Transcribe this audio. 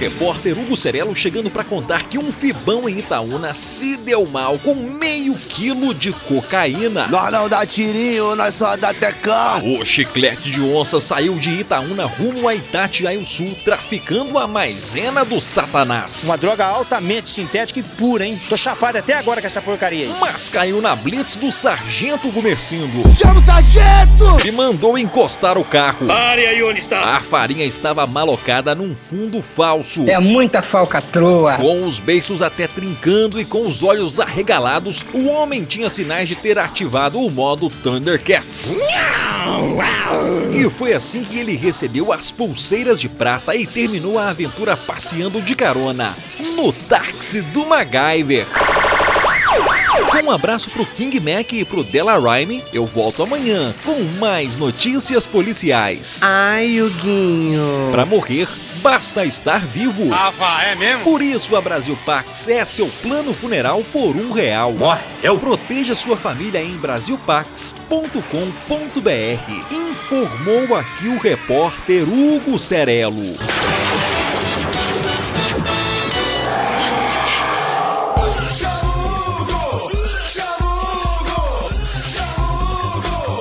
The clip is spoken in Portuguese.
repórter Hugo Cerelo chegando para contar que um fibão em Itaúna se deu mal com meio quilo de cocaína. Nós não dá tirinho, nós só dá tecão. O chiclete de onça saiu de Itaúna rumo a Itatiaio Sul, traficando a maisena do satanás. Uma droga altamente sintética e pura, hein? Tô chapado até agora com essa porcaria aí. Mas caiu na blitz do sargento Gumercindo. Chama o sargento! E mandou encostar o carro. Pare aí onde está. A farinha estava malocada num fundo falso. É muita falcatrua. Com os beiços até trincando e com os olhos arregalados, o homem tinha sinais de ter ativado o modo Thundercats. E foi assim que ele recebeu as pulseiras de prata e terminou a aventura passeando de carona no táxi do MacGyver. Com um abraço pro King Mac e pro Della Rhyme, eu volto amanhã com mais notícias policiais. Ai, Huguinho. Pra morrer, basta estar vivo. Ah, vá, é mesmo? Por isso a Brasil Pax é seu plano funeral por um real. Morreu. Proteja sua família em brasilpax.com.br. Informou aqui o repórter Hugo Cerelo.